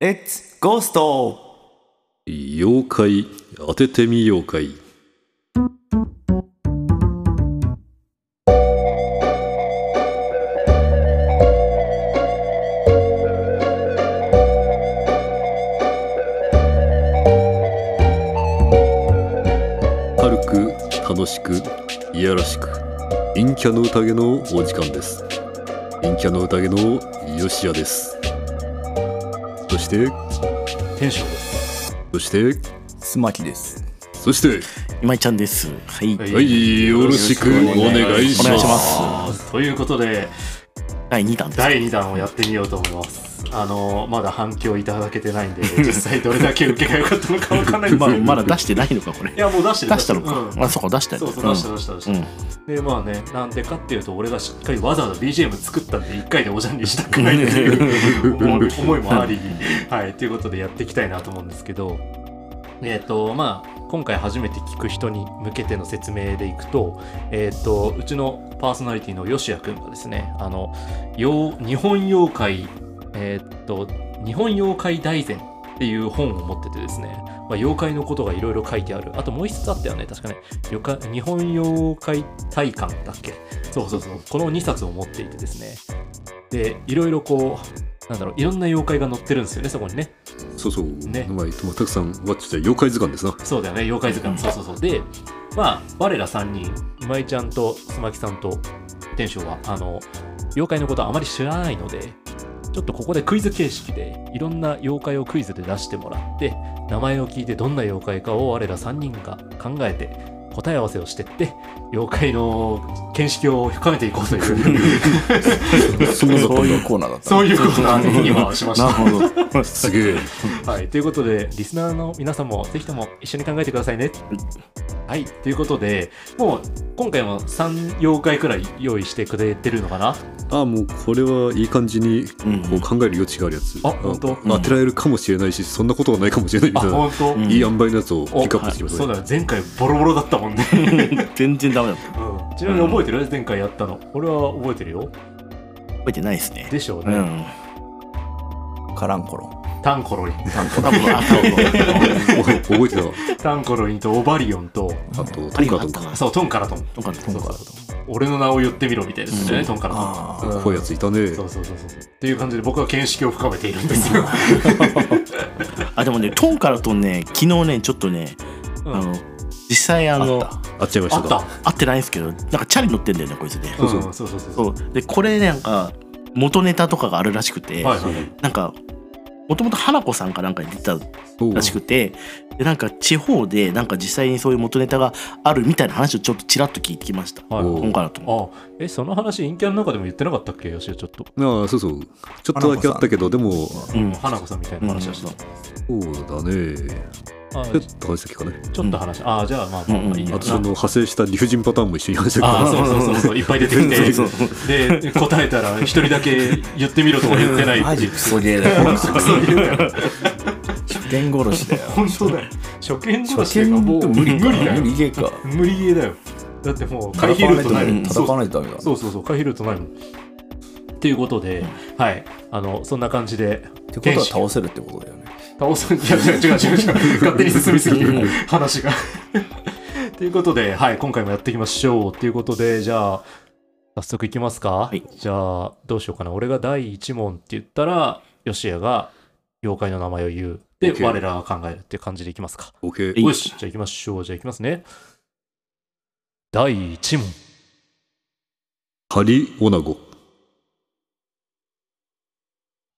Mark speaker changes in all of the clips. Speaker 1: レッツゴースト
Speaker 2: 妖怪当ててみ妖怪軽く楽しくいやらしく陰キャの宴のお時間です陰キャの宴のよしやですそして
Speaker 3: テンションです。
Speaker 2: そして
Speaker 1: スマキです
Speaker 2: そして
Speaker 4: 今井ちゃんです。はい。
Speaker 3: は
Speaker 2: はい、よろしくお願いし
Speaker 4: お願
Speaker 2: ま
Speaker 4: いし
Speaker 2: す。
Speaker 4: ます
Speaker 3: ということで、
Speaker 4: 第2弾です。
Speaker 3: 第2弾をやってみようと思います。あの、まだ反響いただけてないんで、 実際どれだけ受けが良かったのかわかんないんで
Speaker 4: ますあ
Speaker 3: けど。
Speaker 4: まだ出してないのか、これ。
Speaker 3: いや、もう出してる
Speaker 4: 出したのか。
Speaker 3: うん
Speaker 4: あ、そうか、出した
Speaker 3: そ
Speaker 4: よ
Speaker 3: う
Speaker 4: ね
Speaker 3: そう、出した出した出した。
Speaker 4: うんうん
Speaker 3: で、まあね、なんでかっていうと、俺がしっかりわざわざ BGM 作ったんで、1回でおじゃんにしたくないっていう思う思いもあり、はい、ということでやっていきたいなと思うんですけど、えっ、と、まあ、今回初めて聞く人に向けての説明でいくと、えっ、と、うちのパーソナリティの吉谷くんがですね、あの、妖日本妖怪、えっ、と、日本妖怪大全っていう本を持っててですね、まあ、妖怪のことがいろいろ書いてある。あともう一冊あったよね、確かね。よか日本妖怪体感だっけそうそうそう。この2冊を持っていてですね。で、いろいろこう、なんだろう、いろんな妖怪が載ってるんですよね、そこにね。
Speaker 2: そうそう、
Speaker 3: ね
Speaker 2: まあ、いつもたくさん、わっちゃ妖怪図鑑ですな。
Speaker 3: そうだよね、妖怪図鑑。そうそうそう。で、まあ、我ら3人、今井ちゃんと須磨木さんと天翔は、あの、妖怪のことはあまり知らないので、ちょっとここでクイズ形式で、いろんな妖怪をクイズで出してもらって、名前を聞いてどんな妖怪かを我ら3人が考えて、答え合わせをしてって、妖怪の見識を深めていこうと いう、
Speaker 1: そうんいうコ
Speaker 2: そんなだっただ。
Speaker 1: ーナーだった
Speaker 3: そういうこと なんで、今はしまし
Speaker 4: なる
Speaker 3: た。
Speaker 4: ほど。
Speaker 2: すげえ。
Speaker 3: はい、ということで、リスナーの皆さんもぜひとも一緒に考えてくださいね。はい、ということで、もう今回も3妖怪くらい用意してくれてるのかな
Speaker 2: ああ、もうこれはいい感じに、
Speaker 4: うん
Speaker 2: こう考える余地があるやつ。
Speaker 3: あ本当
Speaker 2: 当てられるかもしれないし、そんなことはないかもしれないみ
Speaker 3: あ、
Speaker 2: たいな。
Speaker 3: 本当、
Speaker 4: ん
Speaker 2: いい塩梅のやつをピ
Speaker 3: お
Speaker 2: ックアップしてきま
Speaker 3: そ
Speaker 2: す
Speaker 3: う
Speaker 2: ね。
Speaker 3: だね、前回ボロボロだったもんね。
Speaker 4: 全然ダメだった。
Speaker 3: うんちなみに覚えてる前回やったの。俺は覚えてるよ。
Speaker 4: 覚えてないですね。
Speaker 3: でしょう
Speaker 4: う
Speaker 3: ね。
Speaker 4: ん。
Speaker 1: カランコロ
Speaker 3: タンコロリン。
Speaker 4: 多分あそう
Speaker 2: お覚えてたわ。
Speaker 3: タンコロリンとオバリオンと、
Speaker 2: あと、トンカートンカ。
Speaker 3: そう、トンカラトン。
Speaker 4: とかね。
Speaker 3: そうそう俺の名を言ってみろみたいですね、
Speaker 4: うん
Speaker 3: トンカラ
Speaker 1: あ
Speaker 3: トン。うん
Speaker 2: こういうやついたね。
Speaker 3: そうそうそうそう。っていう感じで僕は見識を深めているんですよ。
Speaker 4: あ、でもね、トンからとね、昨日ね、ちょっとね、
Speaker 3: うん
Speaker 4: あの、実際あの、
Speaker 2: あっちゃいまし
Speaker 3: あ
Speaker 2: たか。
Speaker 3: った。
Speaker 4: 会ってないんですけど、なんかチャリ乗ってんだよね、こいつね。
Speaker 2: そうそうん
Speaker 3: そうそうそうそ。
Speaker 4: そうう。で、これねなんか、元ネタとかがあるらしくて、
Speaker 3: はいはい。
Speaker 4: なんか、もともと花子さんかなんかに出た
Speaker 2: そう
Speaker 4: らしくて、でなんか地方でなんか実際にそういう元ネタがあるみたいな話をちょっとちらっと聞いてきました。
Speaker 3: はい
Speaker 2: おう
Speaker 4: 今回だと思う。
Speaker 3: あえその話陰キャの中でも言ってなかったっけよしおちょっと、
Speaker 2: ああ、そうそう。ちょっとだけあったけど、でも、
Speaker 4: うん
Speaker 3: 花子さんみたいな話をしてた、
Speaker 2: そうだね。
Speaker 3: あ
Speaker 2: ちょっと話先かね。
Speaker 3: ちょっと話、あじゃあまあまあまあいいや、
Speaker 2: あと、その派生した理不尽パターンも一緒に話して
Speaker 3: あ
Speaker 2: か
Speaker 3: そうそうそう そういっぱい出てきてで答えたら一人だけ言ってみろとか言ってない
Speaker 1: ー
Speaker 3: っ
Speaker 1: マ
Speaker 3: てい
Speaker 1: ジ
Speaker 3: う
Speaker 1: クソゲーだよ
Speaker 3: そういう
Speaker 1: 初見殺しだよ
Speaker 3: 本当だよ初見殺し
Speaker 1: 初
Speaker 3: てかも
Speaker 1: 見
Speaker 3: う
Speaker 1: と
Speaker 3: 無
Speaker 1: 無
Speaker 3: 理
Speaker 1: 理
Speaker 3: 無
Speaker 1: か
Speaker 3: 理だよ
Speaker 1: 無理ゲーか
Speaker 3: 無理ゲーだよだってもう回避ルートないもん
Speaker 1: 叩かないとダメだ
Speaker 3: そうそうそう回避ルートないもんっていうことで、はいあのそんな感じで
Speaker 1: ってことは倒せるってことだよね
Speaker 3: 倒すいや違う 違う違う違う勝手に進みすぎる話が ということで、はい、今回もやっていきましょうということでじゃあ早速いきますか、
Speaker 4: い
Speaker 3: じゃあどうしようかな俺が第1問って言ったら吉谷が妖怪の名前を言うで、
Speaker 2: OK。
Speaker 3: 我らが考えるっていう感じでいきますから
Speaker 2: OK。
Speaker 4: い
Speaker 3: よしじゃあいきましょうじゃあいきますね第1問
Speaker 2: ハリオナゴ。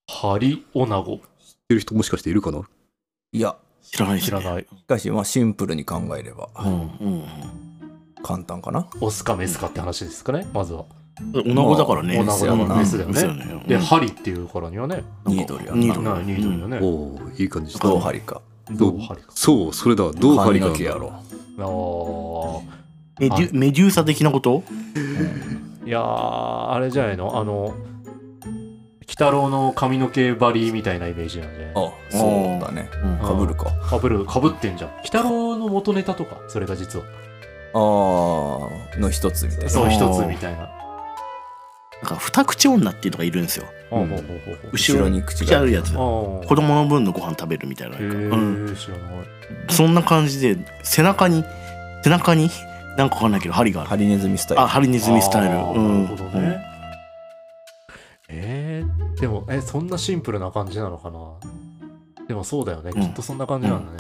Speaker 2: 知っ
Speaker 3: ハリオナゴ
Speaker 2: てる人もしかしているかない
Speaker 1: や
Speaker 4: 知らないです
Speaker 3: 知
Speaker 4: ね
Speaker 3: らない
Speaker 1: しかしまあシンプルに考えれば
Speaker 4: うん
Speaker 1: 簡単かな
Speaker 3: オスかメスかって話ですかねまずは
Speaker 4: うん。おなごだからね。
Speaker 3: まあお
Speaker 1: なごだから
Speaker 4: うん
Speaker 1: メ
Speaker 3: スだよね
Speaker 4: うん
Speaker 3: で、ハリっていうからにはね
Speaker 1: ニードルやん
Speaker 4: ニードル
Speaker 3: なニードルよね、
Speaker 2: おおいい感じした。
Speaker 1: どう針か
Speaker 3: どうハリか
Speaker 2: そう、それだ、どうハ
Speaker 1: 髪
Speaker 2: リか
Speaker 1: の。毛やろ
Speaker 3: ああ
Speaker 4: メデュメデューサ的なこと
Speaker 3: いやーあれじゃないのあの鬼太郎の髪の毛バリみたいなイメージなんで
Speaker 1: あそうだね
Speaker 4: うん
Speaker 1: かぶるか
Speaker 3: かぶるかぶってんじゃん鬼太郎の元ネタとかそれが実は
Speaker 1: あーの一つみたいな
Speaker 3: そう
Speaker 4: あー
Speaker 3: 一つみたいな
Speaker 4: なんか二口女っていうのがいるんですよ
Speaker 3: ほうほうほうほうほう
Speaker 1: 後ろに口
Speaker 4: 口
Speaker 1: が
Speaker 4: あるやつ子
Speaker 3: ああ
Speaker 4: 供の分のご飯食べるみたいな、
Speaker 3: へ
Speaker 4: うん、
Speaker 3: え知らない
Speaker 4: そんな感じで背中に背中になんかわかんないけど針がある
Speaker 1: ハリネズミスタイル
Speaker 4: あハリネズミスタイル
Speaker 3: あー
Speaker 4: うん
Speaker 3: なるほどね、えー、でもえそんなシンプルな感じなのかなでもそうだよね、
Speaker 4: うん
Speaker 3: きっとそんな感じなんだね、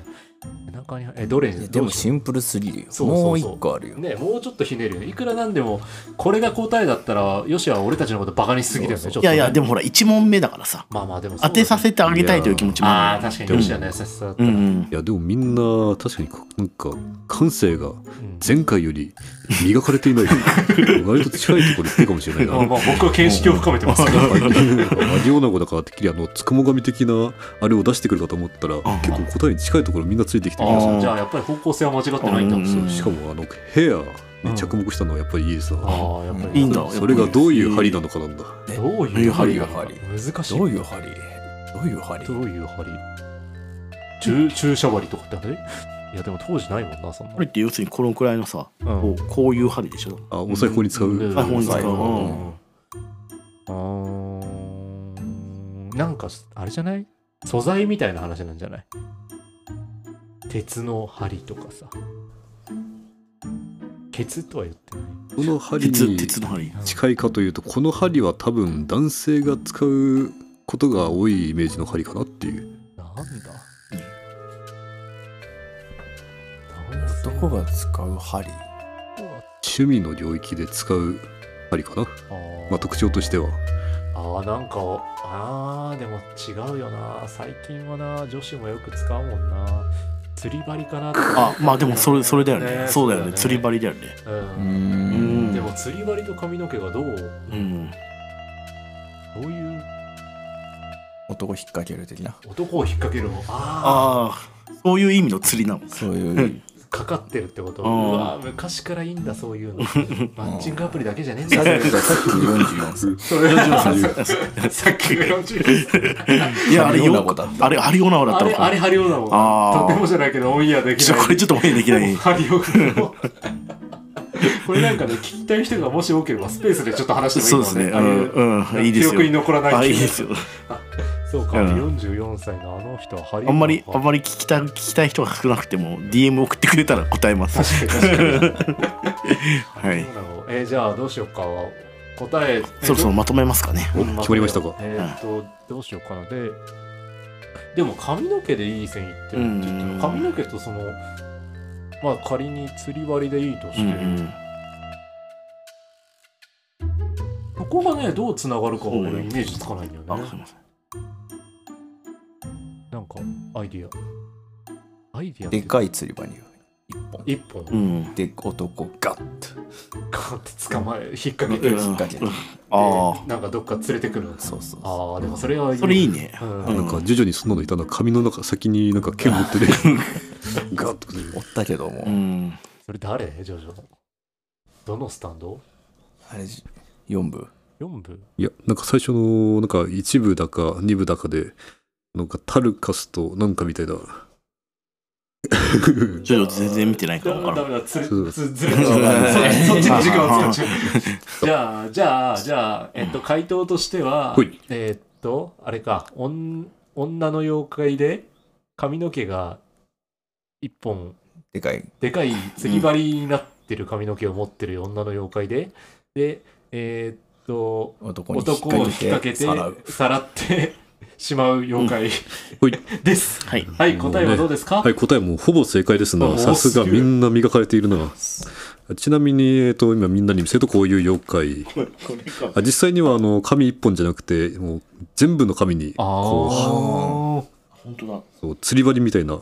Speaker 3: 背中にえどれ
Speaker 1: いや
Speaker 3: に
Speaker 1: で
Speaker 3: ど
Speaker 1: も
Speaker 3: うし
Speaker 1: シ
Speaker 3: よ
Speaker 1: ンプルすぎるよ
Speaker 3: そうそうそう
Speaker 1: もう一個あるよ
Speaker 3: うねもうちょっとひねるよいくらなんでもこれが答えだったらよしは俺たちのことバカにしすぎだよね
Speaker 1: そう
Speaker 3: ちょっと
Speaker 4: いやいやで
Speaker 3: も
Speaker 4: もほら一問目だからさ
Speaker 3: まあまあでもそうだ
Speaker 4: 当
Speaker 3: ね
Speaker 4: てさせてあげたいという気持ちも
Speaker 3: あ
Speaker 4: あ
Speaker 3: あ
Speaker 4: る
Speaker 3: 確かによしはね優しさだった
Speaker 4: う
Speaker 3: ら、
Speaker 4: ん
Speaker 3: うん
Speaker 4: うん
Speaker 2: いやでもみんな確かにこなんか感性が前回より磨かれていない割と近いところに行ってるかもしれないな
Speaker 3: まあまあ僕は見識を深めてますけど
Speaker 2: マリオナゴだからてっきりあのつくも神的なあれを出してくるかと思ったら
Speaker 4: あ
Speaker 2: 結構答えに近いところみんなついてきて皆さん
Speaker 3: ああじゃあやっぱり方向性は間違ってないんだ
Speaker 4: うん
Speaker 2: そうしかもあのヘアに着目したのはやっぱりいいですな、
Speaker 3: ああやっぱ
Speaker 4: い
Speaker 3: り
Speaker 4: いんだ
Speaker 2: それがどういう針なのかなんだ
Speaker 3: どう
Speaker 4: どう
Speaker 3: い
Speaker 4: いうう
Speaker 3: 針
Speaker 4: 針
Speaker 3: が
Speaker 1: が
Speaker 3: 難しい
Speaker 1: どういう針どういう針
Speaker 3: どういう針注注射針とかってあれいやでも当時ないもんなそんな
Speaker 4: これって要するにこのくらいのさ
Speaker 3: うん
Speaker 4: こうこういう針でしょ
Speaker 2: あお裁縫に使う、
Speaker 3: うん
Speaker 4: あ本日か
Speaker 1: 最後
Speaker 4: うん
Speaker 3: うんなんかあれじゃない素材みたいな話なんじゃない鉄の針とかさケツとは言ってない
Speaker 2: この針
Speaker 4: 鉄
Speaker 2: に
Speaker 4: 鉄の針
Speaker 2: 近いかというとこの針は多分男性が使うことが多いイメージの針かなっていう
Speaker 3: なんだ
Speaker 1: 男が使う針
Speaker 2: 趣味の領域で使う針かな、
Speaker 3: あ
Speaker 2: まあ、特徴としては
Speaker 3: あーなんかあーでも違うよな最近はな女子もよく使うもんな釣り針かな
Speaker 4: あまあでもそれそれだよねそうだよね釣り
Speaker 3: 針、
Speaker 4: 針だよね
Speaker 3: う
Speaker 1: うー
Speaker 3: ん
Speaker 1: ん
Speaker 3: でも釣り針と髪の毛がどう
Speaker 4: うん
Speaker 3: どういう
Speaker 1: 男引っ掛ける的な
Speaker 3: 男を引っ掛けるのあ
Speaker 4: ああそういう意味の釣りなの
Speaker 1: そういう
Speaker 3: あかかってるってことう
Speaker 4: うん
Speaker 3: わー昔からいいんだそういうのマッチングアプリだけじゃねえん
Speaker 1: さっき
Speaker 3: だよ
Speaker 1: さっき44歳
Speaker 3: さっきの44
Speaker 4: いやあれ
Speaker 1: ハリオナ
Speaker 4: よ
Speaker 1: ゴだった
Speaker 4: あれハリオナゴだ
Speaker 3: あ
Speaker 4: ったの
Speaker 3: れ
Speaker 4: か
Speaker 3: あれハリオだもん
Speaker 4: あー
Speaker 3: とてもじゃないけどオンエアでき
Speaker 4: ちょ
Speaker 3: ない
Speaker 4: これちょっと表現で きない
Speaker 3: ハリオのこれなんかね聞きたい人がもし多ければスペースでちょっと話して
Speaker 4: そう
Speaker 3: も
Speaker 4: で
Speaker 3: いい
Speaker 4: す
Speaker 3: かも
Speaker 4: ね
Speaker 3: ね
Speaker 4: う
Speaker 3: ああいう
Speaker 4: んうんいいです
Speaker 3: 記憶に
Speaker 4: よ
Speaker 3: 残らない
Speaker 4: あいいですよ
Speaker 3: そうか、
Speaker 4: うん
Speaker 3: 44歳のあの人はハリオ
Speaker 4: あんまり
Speaker 3: か
Speaker 4: あんまり聞きたい聞きたい人が少なくても DM 送ってくれたら答えます
Speaker 3: 確かに確かに
Speaker 4: はい
Speaker 3: そうなのえーじゃあどうしようか答え
Speaker 4: そろそろまとめますかね
Speaker 2: お決まりましたか
Speaker 3: えーっとどうしようかなででも髪の毛でいい線いって
Speaker 4: う
Speaker 3: る
Speaker 4: ん
Speaker 3: って言ってる髪の毛とそのまあ仮に釣り針でいいとして、
Speaker 4: うんうん
Speaker 3: ここがねどうつながるかが俺イメージつかないんだ
Speaker 4: あ
Speaker 3: よ
Speaker 4: す
Speaker 3: ね
Speaker 4: いません
Speaker 3: なんかアイディアアイディアって
Speaker 1: でかい釣り針を一本
Speaker 3: 一本
Speaker 4: うん
Speaker 1: で男ガッと
Speaker 3: ガーンって捕まえ引っ掛けて、
Speaker 4: うん
Speaker 1: 引っ掛けて
Speaker 4: ああ
Speaker 3: なんかどっか連れてくる
Speaker 1: そうそうそう
Speaker 3: ああでもそれはいい
Speaker 4: それいいね
Speaker 3: うん
Speaker 4: うん
Speaker 2: なんか徐々にそんなのいたな髪の中先になんか剣持ってねガッとくる
Speaker 1: おったけども、
Speaker 4: うん
Speaker 3: それ誰ジョジョどのスタンド
Speaker 1: あれ4部
Speaker 3: 4部
Speaker 2: いやなんか最初のなんか1部だか2部だかでなんかタルカスとなんかみたいな
Speaker 4: ちょっと全然見てないから分からん
Speaker 3: メだ、つ
Speaker 2: そう
Speaker 3: つずれてしまうそそっちに時間を使っちゃう。じゃあ、じゃあ、じゃあ、えっと、回答としては
Speaker 2: ほい、
Speaker 3: えっと、あれか、おん女の妖怪で髪の毛が一本、
Speaker 1: でかい
Speaker 3: でかい釣り針になってる髪の毛を持ってる女の妖怪で、で、えっと、
Speaker 1: 男に引っ
Speaker 3: 男を引っ掛
Speaker 1: 掛
Speaker 3: け
Speaker 1: け
Speaker 3: て
Speaker 1: てさらう、
Speaker 3: さらってしまう妖怪
Speaker 2: ほい
Speaker 3: です。
Speaker 4: はい
Speaker 3: はい、答えはどうですか
Speaker 2: はい、答えもほぼ正解です
Speaker 3: お
Speaker 2: な。
Speaker 3: ー
Speaker 2: さすがみんな磨かれているな。ちなみに、えっ、と、今みんなに見せるとこういう妖怪。あ実際には、あの、紙一本じゃなくて、もう全部の紙に、こ
Speaker 3: あ
Speaker 4: 本当だ
Speaker 2: う、そう釣り針みたいな、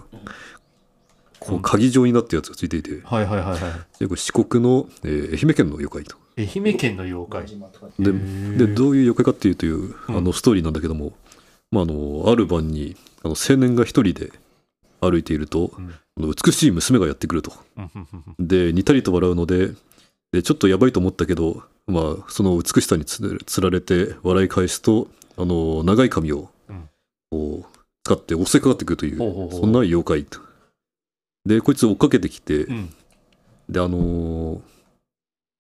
Speaker 2: こう、鍵状になってるやつがついていて、
Speaker 3: あ。はいはいはいはい。
Speaker 2: でこれ四国の、えー愛媛県の妖怪と。
Speaker 3: 愛媛県の妖怪。
Speaker 2: で
Speaker 3: ー
Speaker 2: でどういう妖怪かっていうというあのストーリーなんだけども、まあ、あのある晩にあの青年が一人で歩いていると、
Speaker 3: ん
Speaker 2: あの美しい娘がやってくるとで似たりと笑うのででちょっとやばいと思ったけど、まあ、その美しさにつつられて笑い返すとあの長い髪を
Speaker 3: うん
Speaker 2: こう使って襲いかかってくるという
Speaker 3: ほうほうほう
Speaker 2: そんな妖怪とでこいつ追っかけてきて、
Speaker 3: うん
Speaker 2: であのー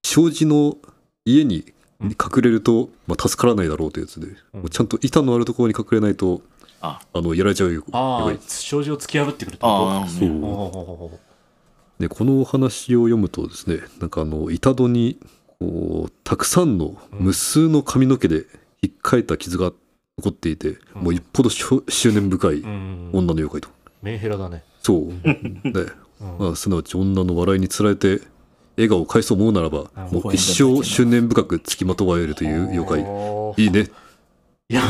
Speaker 2: 障子の家に
Speaker 3: うん
Speaker 2: に隠れると、まあ、助からないだろうというやつで、
Speaker 3: うん
Speaker 2: もうちゃんと板のあるところに隠れないと
Speaker 4: あ
Speaker 2: あのやられちゃうよ
Speaker 3: あ
Speaker 2: やば
Speaker 3: あ
Speaker 2: い、
Speaker 3: 障子を突き破ってくるって
Speaker 4: あ
Speaker 3: こ
Speaker 4: あ、
Speaker 2: そ
Speaker 4: そうう。
Speaker 3: とほうほうほうほう
Speaker 2: でこのお話を読むとですねなんかあの板戸にこうたくさんの無数の髪の毛で引っかいた傷が残っていて、
Speaker 3: うん
Speaker 2: もう一歩どしょ執念深い
Speaker 3: うん
Speaker 2: 女の妖怪と、
Speaker 3: メンヘラだね。
Speaker 2: そうね、
Speaker 3: うん
Speaker 2: まあ、すなわち女の笑いにつられて笑顔を返そう思うならば
Speaker 3: あ
Speaker 2: もう一生執念深くつきまとわれるという妖怪
Speaker 3: おー
Speaker 2: いいねこ
Speaker 3: いや、い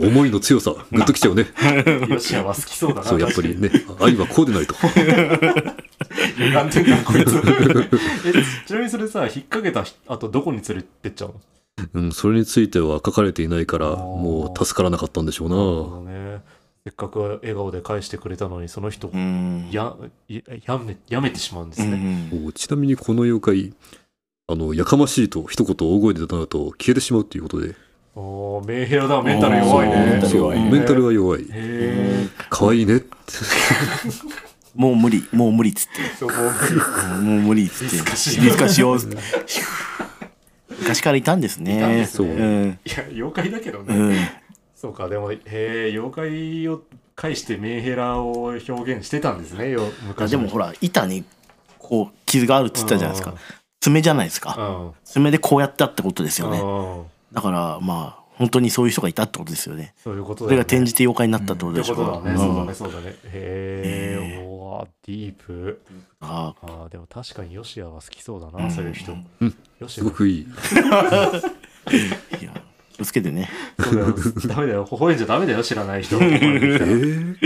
Speaker 2: の思いの強さグッときち ゃうね
Speaker 3: やヨシアは好きそうだな。
Speaker 2: そうやっぱりね愛はこうで ないと
Speaker 3: 確かに。なんていうかこいつえちなみにそれさ、引っ掛けた後どこに連れてっちゃうの
Speaker 2: うん、それについては書かれていないから、
Speaker 3: あー
Speaker 2: もう助からなかったんでしょう
Speaker 3: なる
Speaker 2: な。
Speaker 3: ほどね。せっかく笑顔で返してくれたのに、その人を
Speaker 4: うん。
Speaker 3: や、ややめ、やめてしまうんで
Speaker 4: う
Speaker 3: すね。
Speaker 4: ん。
Speaker 2: おちなみにこの妖怪、あの、やかましいと一言大声で唱うと消えてしまうということで、
Speaker 3: おおメンヘラだ、メンタル弱い
Speaker 4: あー
Speaker 3: ね
Speaker 4: メン。タル
Speaker 2: そう
Speaker 4: 弱いね
Speaker 2: メンタルは弱い。
Speaker 3: へ
Speaker 2: 可愛いねって。
Speaker 4: もう無理、もう無理っつって。
Speaker 3: え。そう
Speaker 4: うんもう無理っつって。
Speaker 3: リスカしよう
Speaker 4: リスカしよう。 昔からいたんです
Speaker 3: いたんで
Speaker 4: ね。
Speaker 3: すね
Speaker 4: うん。
Speaker 3: いや、妖怪だけどね。
Speaker 4: うん。
Speaker 3: そうか、でも、へえ、妖怪を介してメンヘラを表現してたんですね、よ
Speaker 4: あ
Speaker 3: 昔
Speaker 4: で
Speaker 3: の
Speaker 4: もほら、板に、こう、傷があるっつったじゃないです
Speaker 3: う
Speaker 4: か
Speaker 3: ん。
Speaker 4: 爪じゃないですか。
Speaker 3: うん。
Speaker 4: 爪でこうやったってことですよね。
Speaker 3: うん
Speaker 4: だから、まあ、本当にそういう人がいたってことですよね。
Speaker 3: そういうこと
Speaker 4: そ
Speaker 3: だ
Speaker 4: れ
Speaker 3: よ
Speaker 4: が
Speaker 3: ね。
Speaker 4: 転じて妖怪になったってこと
Speaker 3: っ
Speaker 4: で
Speaker 3: て
Speaker 4: しょ。
Speaker 3: ことだね、
Speaker 4: ん
Speaker 3: そうだね、そうだね。へえ、うわ、ディープ。
Speaker 4: あ
Speaker 3: あーでも確かにヨシアは好きそうだな、そういう人。
Speaker 2: うん
Speaker 3: ヨ
Speaker 2: す
Speaker 3: シア
Speaker 2: ごくいい。
Speaker 4: ーいや気をつけてね。
Speaker 3: そうだよダメだよ、微笑んじゃダメだよ、知ら ない人。ここまで来
Speaker 2: え
Speaker 3: たら
Speaker 2: ー、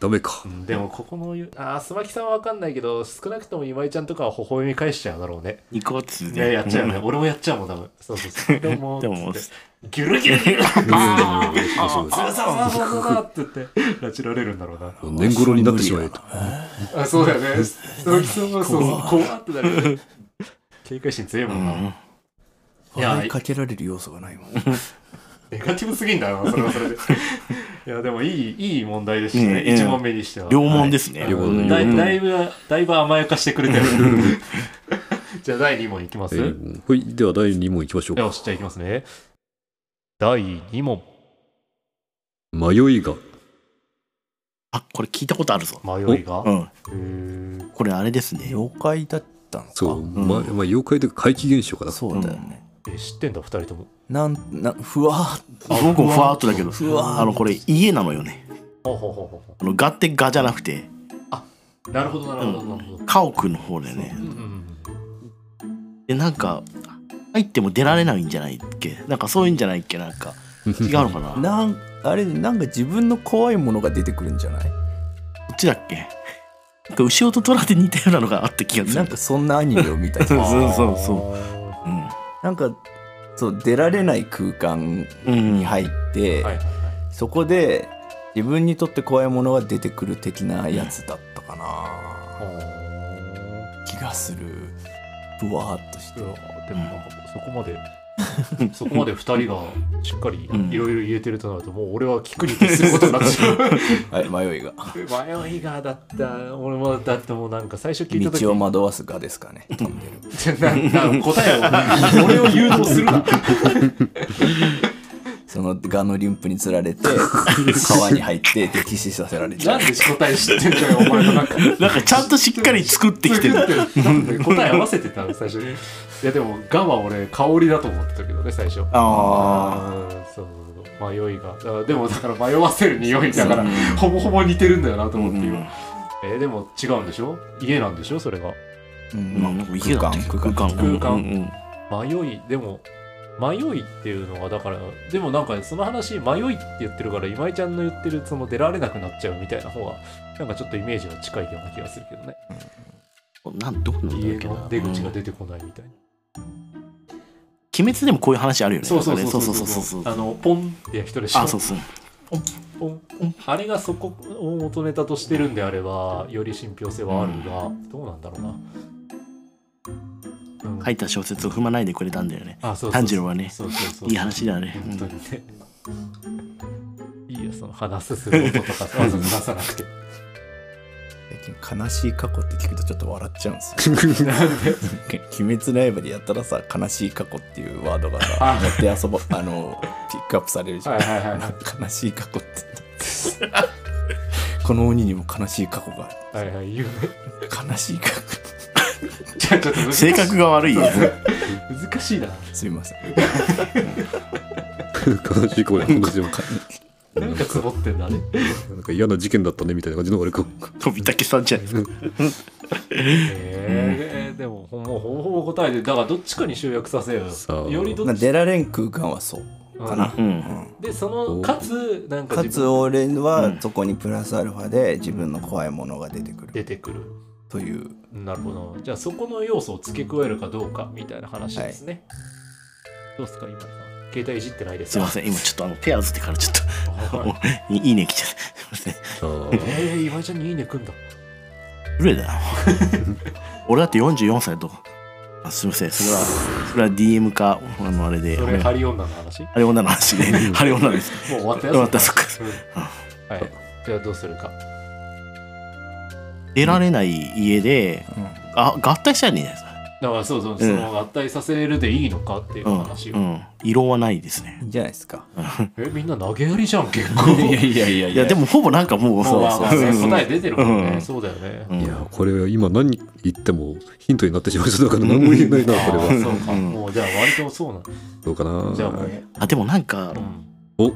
Speaker 2: ダメか
Speaker 3: う。んでも、ここのゆ、あー、須磨木さんはわかんないけど、少なくとも今井ちゃんとかは微笑み返しちゃうだろうね。
Speaker 4: 行こうっつっ
Speaker 3: いや、
Speaker 4: て。
Speaker 3: やっちゃうよね。俺もやっちゃうもん、多分。そうそう そう。でも、
Speaker 4: でも
Speaker 3: つってギュルギュルギュルあー
Speaker 2: そうそう
Speaker 3: あーそうそうそうそうって言って、拉致られるんだろうな。
Speaker 2: 年頃になってしまえと。
Speaker 3: あ、そうだよね。鈴木さんはそうそう、怖ってなるよね。警戒心強いもんな。いや
Speaker 1: 笑いかけられる要素がないもん。
Speaker 3: ネガティブすぎんだよな、それはそれで。いや、でもいい、いい問題でしたね。
Speaker 4: うん
Speaker 3: 一問目にしては。
Speaker 4: 両門ですね。
Speaker 3: はい
Speaker 2: 両門
Speaker 4: うん
Speaker 3: だいだいぶ、だいぶ甘やかしてくれたよね。 じゃあ、第2問いきま
Speaker 2: え
Speaker 3: すよ
Speaker 2: ーほい、では第2問いきましょう。
Speaker 3: し、じゃあいきますね。第2問。
Speaker 2: 迷いが、
Speaker 4: あ、これ聞いたことあるぞ。
Speaker 3: 迷いが
Speaker 4: う。ん。
Speaker 3: へー
Speaker 4: これあれですね。
Speaker 1: 妖怪だったのか。
Speaker 2: そう、
Speaker 4: ん
Speaker 2: ままあ、妖怪というか怪奇現象かな。
Speaker 1: そうだよね。
Speaker 3: え、知ってんだ、二人とも。
Speaker 1: なん、な、ふわーっと。
Speaker 4: 僕もふわーっとだけど、
Speaker 1: ふわーっと
Speaker 4: あの、これ家なのよね。
Speaker 3: ほうほうほうほうほ
Speaker 4: あの、ガってガじゃなくて、
Speaker 3: うなるほど、なるほど、なるほど。
Speaker 4: 家屋の方だよね
Speaker 3: う。んうん
Speaker 4: で、なんか、入っても出られないんじゃないっけなんかそういうんじゃないっけなんか、違うのかな こ
Speaker 1: なん、あれ、なんか自分の怖いものが出てくるんじゃない
Speaker 4: っちだっけなんか後ろと虎で似たようなのがあった気がす
Speaker 1: な
Speaker 4: る
Speaker 1: ん。かそんなアニメを見たり
Speaker 4: うんそうそう
Speaker 3: そ
Speaker 4: うん。
Speaker 1: なんか、そう、出られない空間
Speaker 4: うん。
Speaker 1: に入って、
Speaker 3: はいはいはい
Speaker 1: そこで自分にとって怖いものが出てくる的なやつだったかな、気がするぶわーっとして
Speaker 3: うわでもなんかそこまでそこまで二人がしっかり
Speaker 4: うん
Speaker 3: いろいろ言えてるとなるともう俺は聞くに徹することになってしま
Speaker 1: はい迷いが
Speaker 3: う 迷いがだった俺もだってもうなんか最初聞いた時
Speaker 1: 道を惑わすがですかね飛んでる
Speaker 3: なな答え を俺を誘導するな
Speaker 1: その蛾のリンプにつられて川に入って溺死させられちゃ
Speaker 3: な
Speaker 1: うん
Speaker 3: で答え知ってんだよお前のなんか
Speaker 4: なんかちゃんとしっかり作ってきてる。
Speaker 3: なんで答え合わせてたの最初にいやでも「が」は俺香りだと思ってたけどね最初
Speaker 4: あ
Speaker 3: あーそうそうそう迷いがあでもだから迷わせる匂いだからほぼほぼ似てるんだよなと思って今、
Speaker 4: うん
Speaker 3: えーでも違うんでしょ家なんでしょそれが
Speaker 1: うん
Speaker 4: まあ、なんか家だったけど
Speaker 1: 空間
Speaker 4: 空
Speaker 3: 空
Speaker 4: 間。
Speaker 3: 間
Speaker 4: うんうん
Speaker 3: 迷いでも迷いっていうのはだからでもなんかその話迷いって言ってるから今井ちゃんの言ってるその出られなくなっちゃうみたいな方はなんかちょっとイメージが近いような気がするけどね
Speaker 4: うんなんどこなんだ
Speaker 3: 家
Speaker 4: っけ
Speaker 3: の
Speaker 4: な
Speaker 3: 出口が出てこないみたいな、
Speaker 4: 鬼滅でもこういう話あるよね。
Speaker 3: そうそう
Speaker 4: なん
Speaker 3: そ
Speaker 4: か
Speaker 3: うそ
Speaker 4: ね
Speaker 3: うそう
Speaker 4: そうそうそう
Speaker 3: あのポンってや人でしょ
Speaker 4: あ、そうそう。
Speaker 3: ポンポンあれがそこを元ネタとしてるんであればより信憑性はあるが、どうなんだろうな、うん
Speaker 4: 書いた小説を踏まないでくれたんだよね。
Speaker 3: あそうそうそう
Speaker 4: 炭治郎はね
Speaker 3: そうそうそう
Speaker 4: いい話だね。
Speaker 3: 本当にね。いいよ、その話すする音とかさ、わざわざ出さなくて。
Speaker 1: 近悲しい過去って聞くとちょっと笑っちゃうんですよ。 鬼滅の刃でやったらさ、悲しい過去っていうワードがさ
Speaker 3: あ、
Speaker 1: 持って 遊ば、あの、ピックアップされるじゃん。
Speaker 3: はいはいはいは
Speaker 1: 悲しい過去って言った。 この鬼にも悲しい過去がある。
Speaker 3: はいはい有名
Speaker 1: 悲しい過去。
Speaker 3: じゃあちょっと難しい
Speaker 4: 性格が悪いよ
Speaker 3: 難しいな
Speaker 1: すみません。
Speaker 2: 悲しい声の話でも
Speaker 3: なんかツボってんだね
Speaker 2: なんか嫌な事件だったねみたいな感じの俺こう
Speaker 4: 飛びたけさんじゃないですか
Speaker 3: えーでもほもうほぼほぼ答えでだからどっちかに集約させよ
Speaker 2: さ
Speaker 3: う
Speaker 2: あ
Speaker 3: よりど
Speaker 1: まあ
Speaker 3: っち
Speaker 1: 出られん空間はそうかな。
Speaker 4: うん
Speaker 1: うん
Speaker 3: でそのかつなんか
Speaker 1: か
Speaker 3: 自
Speaker 1: つ
Speaker 3: 分
Speaker 1: 俺
Speaker 4: うん
Speaker 1: はそこにプラスアルファで自分の怖いものが出てく
Speaker 3: 出
Speaker 1: る
Speaker 3: てくる
Speaker 1: という
Speaker 3: なるほどじゃあそこの要素を付け加えるかどうかみたいな話ですね、どうですか今井さん携帯いじってないです
Speaker 4: すいません今ちょっとあの手合わせてからちょっ
Speaker 3: ん
Speaker 4: と いいいね来ちゃってすいません
Speaker 2: さあ
Speaker 3: えー、今井ちゃんにいいねくんだ
Speaker 4: 無礼だよ俺だって44歳とあすいませんそれはそれは DM かあのあれで
Speaker 3: それハリ女の話も
Speaker 4: あれ女の話であれ女です
Speaker 3: う終わったやつ
Speaker 4: 終わったそっか
Speaker 3: うんはいじゃあどうするか
Speaker 4: 出られない家であ合体したらいいんじゃないですか
Speaker 3: だからそうそうその合体させるでいいのかっていう話を、
Speaker 4: うんうん、異論はないですね
Speaker 1: いいんじゃないですか。
Speaker 3: えみんな投げやりじゃん結構
Speaker 1: いやいや
Speaker 4: いやでもほぼなんかもう
Speaker 3: もうまあまあ
Speaker 4: ん
Speaker 3: 答え出てるもんね、
Speaker 4: うん
Speaker 3: そうだよね、
Speaker 4: うん
Speaker 2: いやこれは今何言ってもヒントになってしまいそうだから何も言えないな
Speaker 3: あ
Speaker 2: これ
Speaker 3: ー
Speaker 2: は
Speaker 3: そうか、
Speaker 4: うん
Speaker 3: もうじゃあ割とそうな
Speaker 2: どうか
Speaker 3: のじゃあもう、
Speaker 2: な
Speaker 4: あでもなん
Speaker 3: う
Speaker 4: か
Speaker 3: ん
Speaker 2: お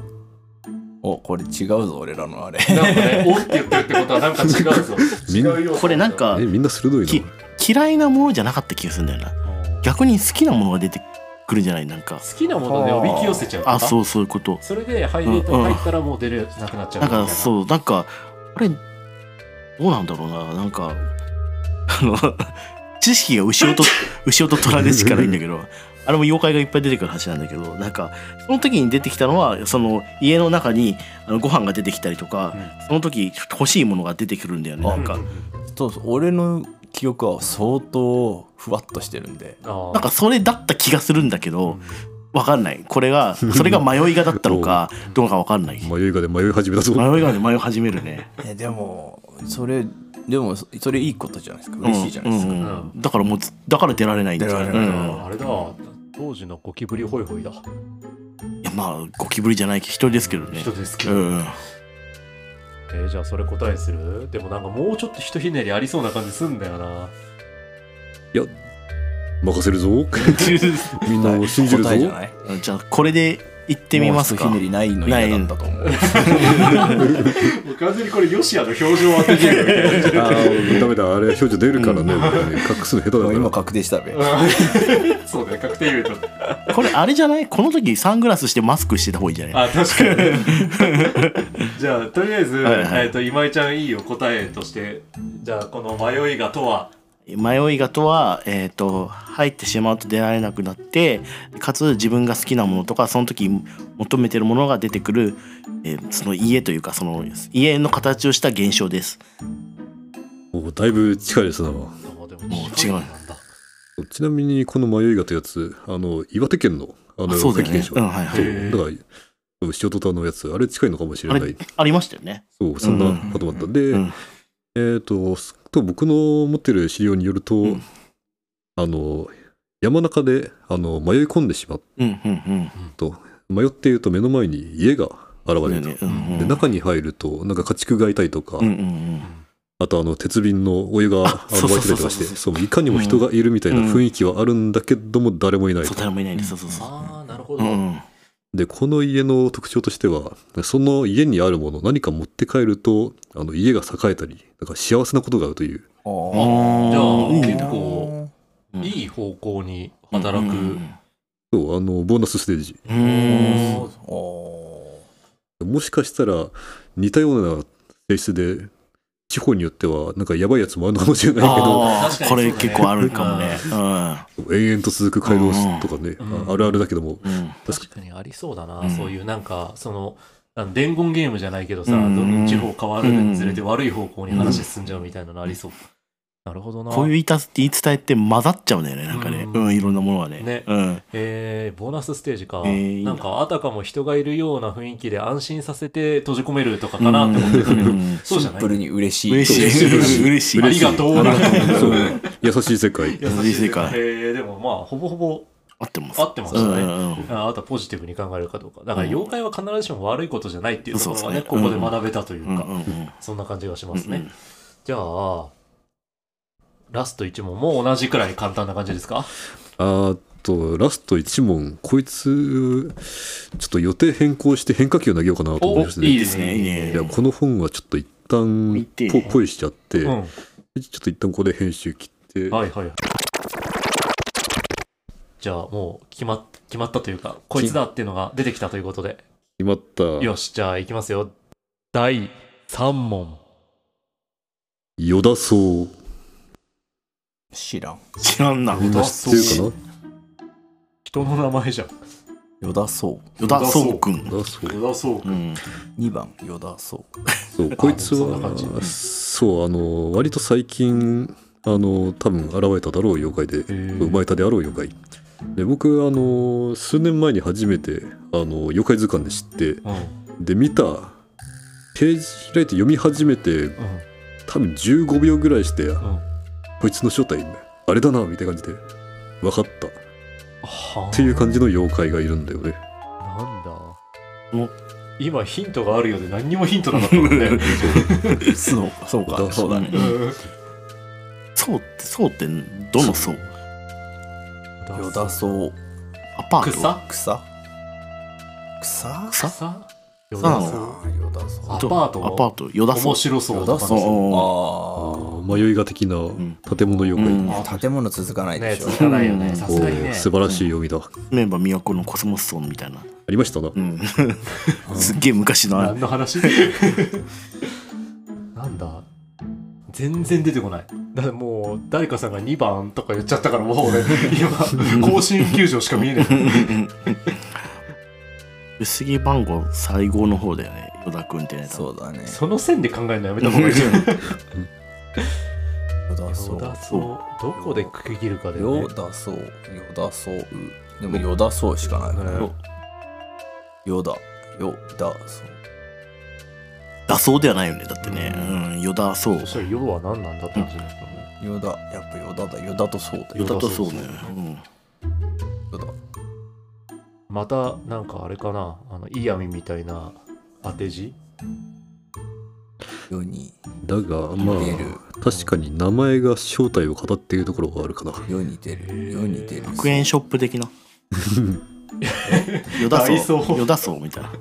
Speaker 1: おこれ違うぞ俺らのあれ。
Speaker 3: なんかね「お」って言ってるってことはなんか違 うぞ
Speaker 2: みんな
Speaker 3: 違うよ
Speaker 4: これなんか
Speaker 2: えみんな鋭い
Speaker 4: き
Speaker 2: な
Speaker 4: 嫌いなものじゃなかった気がするんだよな
Speaker 3: 好
Speaker 4: 逆に好きなものが出てくるんじゃないなんか
Speaker 3: きなものでおびき寄せちゃう
Speaker 4: あ
Speaker 3: う
Speaker 4: そうそういうこと
Speaker 3: それでハイレート入ったらもう出れなくなっちゃう
Speaker 4: なんか
Speaker 3: う
Speaker 4: そうなんかあれどうなんだろうななんかあの 知識が 牛音と牛音と虎でしからいいんだけどあれも妖怪がいっぱい出てくる話なんだけどなんかその時に出てきたのはその家の中にあのご飯が出てきたりとか、その時欲しいものが出てくるんだよねなんか、
Speaker 1: そうそう俺の記憶は相当ふわっとしてるんで。
Speaker 3: あ
Speaker 4: なんかそれだった気がするんだけどわかんないこれがそれが迷いがだったのかどうかわかんない迷
Speaker 2: 迷いがで迷い始めたぞ
Speaker 4: いがで迷い始めるね
Speaker 1: えでもそれでもそれいいことじゃないですか嬉しいじゃないですか。
Speaker 4: うんうん
Speaker 3: うん
Speaker 4: だからもうずだから出られないんですよ
Speaker 1: 出られない
Speaker 4: うん
Speaker 3: あれだ当時のゴキブリホイホイだ
Speaker 4: いやまあゴキブリじゃない一人ですけどね
Speaker 3: 人ですけ
Speaker 4: う
Speaker 3: ど、
Speaker 4: んうん
Speaker 3: えーじゃあそれ答えにするでもなんかもうちょっとひとひねりありそうな感じすんだよない
Speaker 2: や任せるぞみんなを信じるぞ
Speaker 1: 答えじゃない。
Speaker 4: じゃあこれで行ってみますか
Speaker 1: もうひねりないの嫌だったと思う。
Speaker 3: もう完全にこれヨシアの表情を当ててるみたいな
Speaker 2: あーダメだあれ表情出るからね隠すの下手だ
Speaker 1: も
Speaker 2: か
Speaker 1: う今
Speaker 2: ら
Speaker 1: 確定したべ。
Speaker 3: そうだね、確定イベント。
Speaker 4: これあれじゃないこの時サングラスしてマスクしてた方がいいんじゃない
Speaker 3: あ、確かに。 じゃあ、とりあえず、
Speaker 4: はいはい
Speaker 3: えっと、今井ちゃんいいよ、答えとして。じゃあ、この迷いがとは。
Speaker 4: 迷いがとは、えー、と入ってしまうと出られなくなってかつ自分が好きなものとかその時求めてるものが出てくる、えーその家というかその家の形をした現象です。
Speaker 2: おだいぶ近いですな
Speaker 3: もう
Speaker 4: 違う
Speaker 3: なんだ。
Speaker 2: ちなみにこの迷いがというやつあの岩手県のあ
Speaker 4: あ
Speaker 2: の
Speaker 4: そうだよね
Speaker 2: 現。象
Speaker 4: う
Speaker 2: だ
Speaker 4: ん
Speaker 2: か
Speaker 4: はいは
Speaker 3: へ
Speaker 4: い、
Speaker 3: ー
Speaker 2: ら塩とたのやつあれ近いのかもしれな
Speaker 4: あ
Speaker 2: い
Speaker 4: ありましたよね。
Speaker 2: そうそんなこともあったで
Speaker 4: うん
Speaker 2: えっとと僕の持ってる資料によると
Speaker 4: うん
Speaker 2: あの山中であの迷い込んでしまっ
Speaker 4: うんうん
Speaker 2: と迷っていると目の前に家が現
Speaker 4: うん。
Speaker 2: れ
Speaker 4: だよね
Speaker 2: る
Speaker 4: うんうん
Speaker 2: で中に入るとなんか家畜がいたりとか、
Speaker 4: うんうんうん
Speaker 2: あとあの鉄瓶のお湯が
Speaker 4: あ
Speaker 2: あの湧いてたりとかしてそういかにも人がいるみたいな雰囲気はあるんだけども誰もいない
Speaker 4: そう
Speaker 2: と、
Speaker 4: 誰もいないんです。そうそうそう。
Speaker 3: ああ、なるほ
Speaker 4: う
Speaker 3: ど。
Speaker 4: んうん
Speaker 2: でこの家の特徴としてはその家にあるもの何か持って帰るとあの家が栄えたりなんか幸せなことがあるという
Speaker 1: あ
Speaker 3: じゃあ、
Speaker 4: うん
Speaker 3: 結
Speaker 1: ー
Speaker 3: 構、いい方向に働く。
Speaker 4: うん
Speaker 2: そうあのボーナスステージ
Speaker 4: うんうんうん
Speaker 1: お
Speaker 2: もしかしたら似たような性質で地方によってはなんかやばいやつもあるのかもしれないけど
Speaker 4: あ
Speaker 3: 確かに
Speaker 4: ーこれ
Speaker 3: そうだね
Speaker 4: 結構あるかもね。う
Speaker 2: 延々と続く回廊とかね、
Speaker 3: うん
Speaker 2: ああるあるだけども、
Speaker 4: んうん
Speaker 3: 確かにありそうだな、
Speaker 4: うん
Speaker 3: そういうなんかそのあの伝言ゲームじゃないけどさ、
Speaker 4: うん
Speaker 3: どんどん地方変わるにつれて悪い方向に話進んじゃうみたいなのありそう、なるほどな
Speaker 4: こういう言いた言い伝えって混ざっちゃうんだよねなんかね
Speaker 3: う
Speaker 4: うんん、いろんなものはね
Speaker 3: ね
Speaker 4: うん、
Speaker 3: えーボーナスステージか、
Speaker 4: えーいいな
Speaker 3: なんかあたかも人がいるような雰囲気で安心させて閉じ込めるとかかなって思ってたけ ど、
Speaker 4: うん
Speaker 3: そうじ
Speaker 1: シ
Speaker 3: ゃ
Speaker 1: ン
Speaker 3: ない
Speaker 1: プルに嬉しい。
Speaker 4: 嬉しい嬉しい嬉しい
Speaker 3: ありがとう
Speaker 4: ありがとう
Speaker 2: そう優しい世界。
Speaker 3: 優しい世界、えーでもまあほぼほぼ
Speaker 4: 合ってます
Speaker 3: 合ってます
Speaker 4: う
Speaker 3: よ
Speaker 4: んう
Speaker 3: ね、
Speaker 4: んうん
Speaker 3: ああとはポジティブに考えるかどうかだから
Speaker 4: うん
Speaker 3: 妖怪は必ずしも悪いことじゃないっていうところ
Speaker 4: そ
Speaker 3: は
Speaker 4: う
Speaker 3: ね
Speaker 4: ですね
Speaker 3: ここで学べたという
Speaker 4: うん
Speaker 3: か、
Speaker 4: うんうん
Speaker 3: そんな感じがしますね、じゃあラスト1問も同じくらい簡単な感じですか
Speaker 2: あと、ラスト1問、こいつ、ちょっと予定変更して変化球投げようかなと思いまして、
Speaker 3: いい
Speaker 2: い
Speaker 3: ですね
Speaker 4: いいね
Speaker 2: や、この本はちょっと一
Speaker 4: 見
Speaker 2: 旦
Speaker 4: て
Speaker 2: ぽ、ぽいしちゃって、
Speaker 3: うん、
Speaker 2: ちょっと一旦ここで編集切って、
Speaker 3: はいはいじゃあもう決まっ決まったというかこいつだっていうのが出てきたということで
Speaker 2: 決まった、
Speaker 3: よしじゃあいきますよ第3問
Speaker 2: 与田荘っ
Speaker 1: 知らん。
Speaker 4: 知らんな
Speaker 3: 与田
Speaker 2: ていうか
Speaker 3: 人の名前じゃん
Speaker 1: よだそ
Speaker 4: 与田壮君
Speaker 2: な与田荘
Speaker 3: 与田そう
Speaker 4: うん
Speaker 1: う。2番、よだそう。
Speaker 2: そう、こいつ
Speaker 3: そんな感じ
Speaker 2: は、そう、あの、割と最近、あの、多分現れただろう妖怪で、
Speaker 3: ー
Speaker 2: 生まれたであろう妖怪。で、僕、あの、数年前に初めて、あの、妖怪図鑑で知って、
Speaker 3: うんうん
Speaker 2: で、見た、ページ開いて読み始めて、多分15秒ぐらいして、
Speaker 3: うんは
Speaker 2: こいつの正体、あれだな、みたいな感じで、分かった。っ
Speaker 3: あ
Speaker 2: ていう感じの妖怪がいるんだよね。
Speaker 3: なんだ
Speaker 4: お
Speaker 3: 今ヒントがあるようで何にもヒントなかったもんね
Speaker 1: そうか、そう
Speaker 2: よ
Speaker 1: か、そ
Speaker 2: だそう
Speaker 1: うだね。
Speaker 3: うん
Speaker 4: そうってそうってどのそう
Speaker 1: よだそう。
Speaker 4: アパート
Speaker 3: 草
Speaker 1: 草草
Speaker 4: 草
Speaker 3: 草
Speaker 4: 草な
Speaker 1: あ
Speaker 4: の
Speaker 1: ーよだそう。
Speaker 3: ア
Speaker 1: あ
Speaker 4: と
Speaker 3: パート
Speaker 4: アパート与田壮
Speaker 3: 面白そう
Speaker 1: よだ
Speaker 4: う
Speaker 1: そ
Speaker 3: ね
Speaker 4: んうん
Speaker 1: あ
Speaker 2: 迷いが的な建物妖怪。
Speaker 4: うん
Speaker 1: あ。建物続かないでしょ。
Speaker 3: 続かないよねさ
Speaker 2: お
Speaker 3: すがに
Speaker 2: ー
Speaker 3: ね
Speaker 2: 素晴らしい読みだ。
Speaker 4: メンバー都のコスモス村みたいな
Speaker 2: ありましたな。
Speaker 4: うんすっげえ昔のあれ
Speaker 3: 何の話 なんだ全然出てこないだってもう誰かさんが2番とか言っちゃったからもう俺今甲子園球場しか見えない
Speaker 4: 薄着番号最後の方だよね与田君ってね多分
Speaker 1: そうだね。
Speaker 3: その線で考えるのやめた 方がいいよ
Speaker 1: よだそ
Speaker 3: そう
Speaker 1: う。
Speaker 3: だそうどこで区切るかでね
Speaker 1: よだそう。よだそう。でもよだそうしかないから。
Speaker 3: ね
Speaker 1: よだ。よだそう。
Speaker 4: 打そうではないよねだってねうん与田そう
Speaker 3: そしたら「よ」は何なんだって話になったのね
Speaker 1: よだ。やっぱよだだ。よだとそうだよ。
Speaker 4: 与田とそうね
Speaker 1: よだ。
Speaker 3: またなんかあれかなあのイアミみたいな当て字
Speaker 1: よに。
Speaker 2: だがま
Speaker 1: 似てる
Speaker 2: あ確かに名前が正体を語っているところがあるかな
Speaker 1: よに出る。よに出る。
Speaker 4: 100円ショップ的な与田
Speaker 3: ダイソ
Speaker 4: 荘
Speaker 3: ー
Speaker 4: 与田荘みたいな
Speaker 1: よ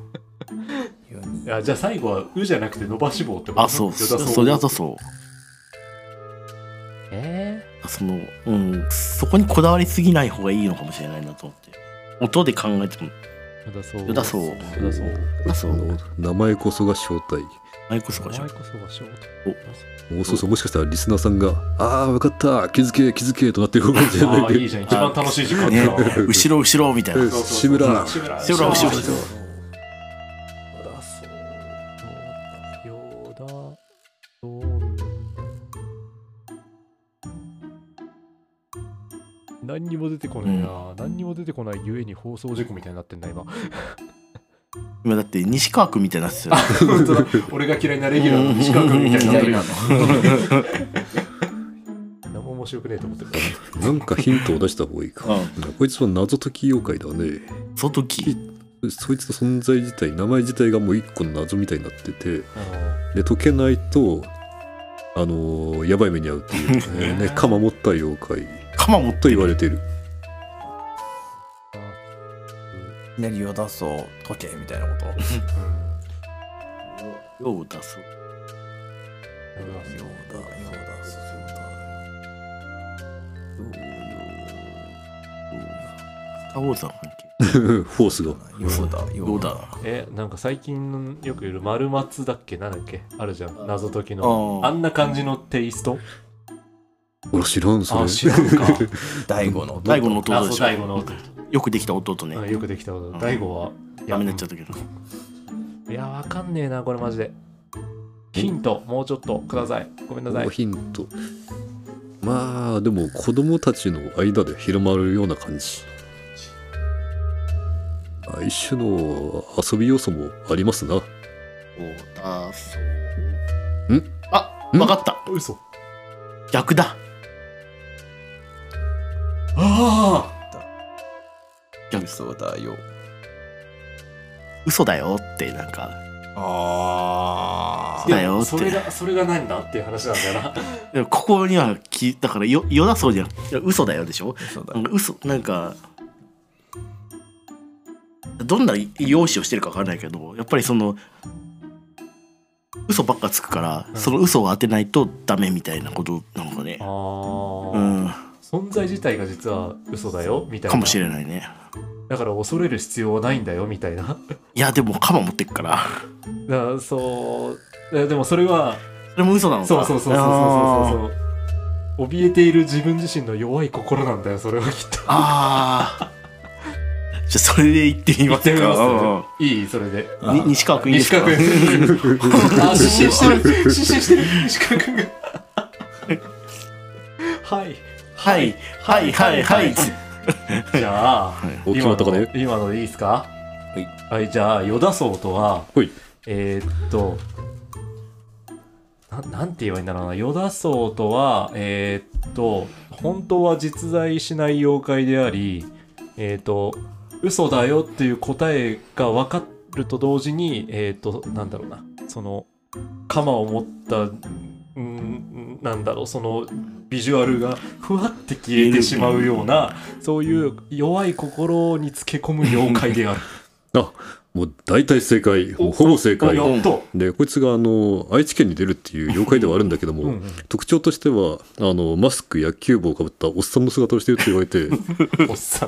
Speaker 1: に。
Speaker 3: あじゃあ最後は「う」じゃなくて伸ばし棒ってこと
Speaker 4: あそう
Speaker 3: よだそう
Speaker 4: それだとそう
Speaker 3: え
Speaker 4: そのうんそこにこだわりすぎない方がいいのかもしれないなと思って音で考えても
Speaker 3: えよだそう
Speaker 4: よだそう
Speaker 3: よだそう
Speaker 4: あそう
Speaker 2: 名前こそが正体
Speaker 4: マイクス
Speaker 3: お
Speaker 4: かし
Speaker 3: 前
Speaker 4: ら
Speaker 3: こそが仕事
Speaker 4: お
Speaker 2: もうそうそうもしかしたらリスナーさんが「ああ分かった気づけ気づけ」となってるかもしれ
Speaker 3: あ
Speaker 2: な
Speaker 3: あ
Speaker 2: い
Speaker 3: いい
Speaker 2: ね
Speaker 3: じゃん一番楽しい時間だ
Speaker 4: ね
Speaker 3: なそうそう
Speaker 4: 後ろ後ろみたいな
Speaker 3: そう
Speaker 2: 志村
Speaker 3: 志村
Speaker 4: 志村
Speaker 3: 志
Speaker 4: 志
Speaker 3: 村
Speaker 4: 村
Speaker 3: よだそうよだそう何にも出てこないな、何にも出てこないゆえに放送事故みたいになってんだ 今
Speaker 4: 今だって西川君みたいになってたよ
Speaker 3: 本当だ俺が嫌いなレギュラーの西川君みたいになってる
Speaker 1: 嫌いな
Speaker 3: 何も面白くねえと思ってる
Speaker 2: なんかヒントを出した方がいいかこいつは謎解き妖怪だね
Speaker 4: その時
Speaker 2: そいつの存在自体名前自体がもう一個の謎みたいになっててで解けないとあのーやばい目に遭うっていう ね鎌持った妖怪
Speaker 4: 鎌持っ
Speaker 2: と
Speaker 4: て
Speaker 2: 言われている
Speaker 1: いきなりよだそう。時計みたいなこと。よ
Speaker 4: よう出そう
Speaker 3: うんよだそう
Speaker 1: だ、よだそう。よだ
Speaker 4: スター・ウォーズの関係
Speaker 2: フォースが
Speaker 1: よだ、よだ。
Speaker 3: えなんか最近よくいる丸松だっけなんだっけあるじゃん謎解きの
Speaker 4: あ
Speaker 3: あ
Speaker 4: ー
Speaker 3: んな感じのテイスト
Speaker 2: 俺知らんそ
Speaker 3: あ
Speaker 2: れ
Speaker 3: 知らんか
Speaker 1: 大悟の。
Speaker 4: 大悟の
Speaker 3: あ
Speaker 4: 弟で
Speaker 3: そう
Speaker 4: しょ
Speaker 3: 大悟の弟
Speaker 4: よくできた弟ね、
Speaker 3: あよくできたこと
Speaker 4: ん
Speaker 3: 大悟は
Speaker 4: ダメになっちゃったけど
Speaker 3: いやわかんねえなこれマジでヒントもうちょっとくださいごめんなさい
Speaker 2: ヒント。まあでも子供たちの間で広まるような感じあ一種の遊び要素もありますな
Speaker 4: おだそ
Speaker 2: ん
Speaker 4: あ
Speaker 2: ん
Speaker 4: 分かった
Speaker 3: 嘘
Speaker 4: 逆だ
Speaker 3: あ
Speaker 1: 嘘だよ
Speaker 4: 嘘だよってなんか
Speaker 1: あ
Speaker 3: あ
Speaker 4: ーだよって
Speaker 3: それがそれが何だっていう話なんだよな
Speaker 4: でもここには聞いだからよよだそうじゃんいや嘘だよでしょ
Speaker 1: 嘘だ
Speaker 4: なんか嘘なんかどんな容姿をしてるか分かんないけどやっぱりその嘘ばっかつくから、
Speaker 3: うん
Speaker 4: その嘘を当てないとダメみたいなことなのかね
Speaker 3: あ、
Speaker 4: う
Speaker 3: ー、
Speaker 4: ん、
Speaker 3: 存在自体が実は嘘だよみたいな
Speaker 4: かもし
Speaker 3: ない
Speaker 4: れないね
Speaker 3: だから恐れる必要はないんだよみたいな
Speaker 4: いやでもカマ持ってっから
Speaker 3: だからそうえでもそれは
Speaker 4: それも嘘なのか
Speaker 3: そうそうそうそうそうそ
Speaker 4: う
Speaker 3: うそう怯えている自分自身の弱い心なんだよそれはきっと
Speaker 4: あーあー じゃあそれで行ってみますか
Speaker 3: 言ってみ
Speaker 4: うんうん
Speaker 3: ますいいそれで
Speaker 1: あ
Speaker 4: に西川君いいです
Speaker 3: 西
Speaker 4: か
Speaker 3: 川君あ失神してる失神してる西川君がはい
Speaker 4: はいはいはいはい
Speaker 3: じゃあ
Speaker 2: お決まったかね
Speaker 3: 今の今のでいいですか、
Speaker 1: はい
Speaker 3: じゃあヨダソウとは
Speaker 2: ほい
Speaker 3: えーっとななんて言えばいいんだろうなヨダソウとはえーっと本当は実在しない妖怪でありえーっと嘘だよっていう答えが分かると同時にえーっとなんだろうなその鎌を持ったうんなんだろうそのビジュアルがふわって消えてしまうようなそういう弱い心につけ込む妖怪である。
Speaker 2: あもう大体正解
Speaker 3: お
Speaker 2: ほぼ正解
Speaker 3: やっと、
Speaker 2: でこいつがあの愛知県に出るっていう妖怪ではあるんだけども、
Speaker 3: うんうん
Speaker 2: 特徴としてはあのマスク野球帽をかぶったおっさんの姿をしていると言われて
Speaker 3: おっさ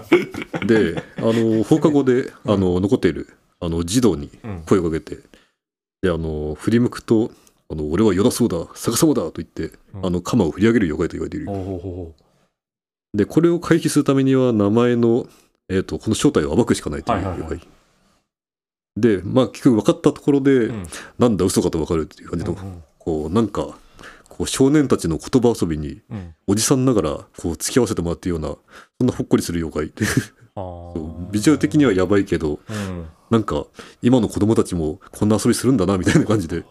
Speaker 3: ん。
Speaker 2: であの放課後であの残っているあの児童に
Speaker 3: うん
Speaker 2: 声をかけてであの振り向くとあの「俺はよだそうだ逆さまだ」と言って、
Speaker 3: うん
Speaker 2: あの鎌を振り上げる妖怪と言われている
Speaker 3: ほうほうほ
Speaker 2: でこれを回避するためには名前の、えー、とこの正体を暴くしかないという
Speaker 3: はいはいはい
Speaker 2: 妖怪、でまあ結局分かったところで、
Speaker 3: ん
Speaker 2: なんだ嘘かと分かるっていう感
Speaker 3: う
Speaker 2: じ
Speaker 3: ほ
Speaker 2: の、
Speaker 3: う。うん
Speaker 2: こうなんかこう少年たちの言葉遊びに
Speaker 3: うん
Speaker 2: おじさんながらこう付き合わせてもらっているようなそんなほっこりする妖怪
Speaker 3: あ
Speaker 2: そう
Speaker 3: ー
Speaker 2: ビジュアル的にはやばいけど
Speaker 3: うん。
Speaker 2: なんか今の子供たちもこんな遊びするんだなみたいな感じで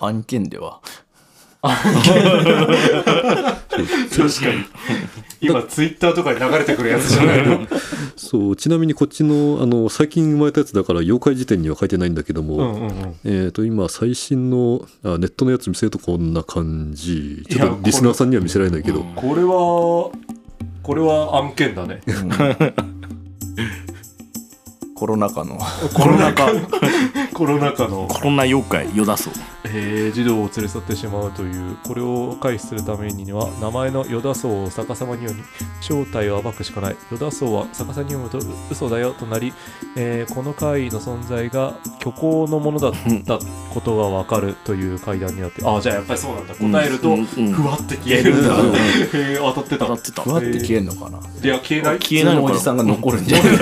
Speaker 3: あ
Speaker 1: 案件では
Speaker 3: 確かに。今、ツイッターとかに流れてくるやつじゃないの。
Speaker 2: そうちなみにこっちのあの最近生まれたやつだから妖怪辞典には書いてないんだけども、
Speaker 3: うんうんうん。
Speaker 2: えー、と今最新のあネットのやつ見せるとこんな感じちょっ
Speaker 3: いや
Speaker 2: とリスナーさんには見せられないけど、
Speaker 4: うん
Speaker 3: これは、これは案件 だね。
Speaker 1: コロナ禍の
Speaker 3: コロナ禍。コロナ禍の。
Speaker 4: こんな妖怪よだそう
Speaker 3: えー児童を連れ去ってしまうというこれを回避するためには名前の「ヨダソウ」を逆さまに読み正体を暴くしかない「ヨダソウ」は逆さに読むと嘘だよとなり、えーこの怪異の存在が虚構のものだったことがわかるという怪談になってああじゃあやっぱりそうなんだ答えると
Speaker 4: うんうんうん
Speaker 3: ふわって消えるんだ、
Speaker 2: うんうん
Speaker 3: えー当たってた
Speaker 4: 当たってた
Speaker 1: ふわって消えんのかない
Speaker 3: や消えない
Speaker 4: 消えないの
Speaker 1: 普通
Speaker 4: か
Speaker 1: おじさんが
Speaker 4: な
Speaker 1: 残るんじゃない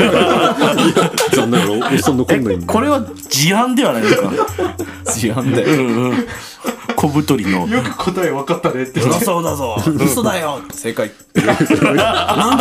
Speaker 2: 残念ながらおっさん残んないん
Speaker 4: え
Speaker 2: で
Speaker 4: これは事案ではないですか
Speaker 1: 治安だ
Speaker 4: う
Speaker 1: よ
Speaker 4: んうん小太りの
Speaker 3: よく答え分かったねって
Speaker 1: 嘘そうだぞ嘘だよ正解
Speaker 2: え絶対だな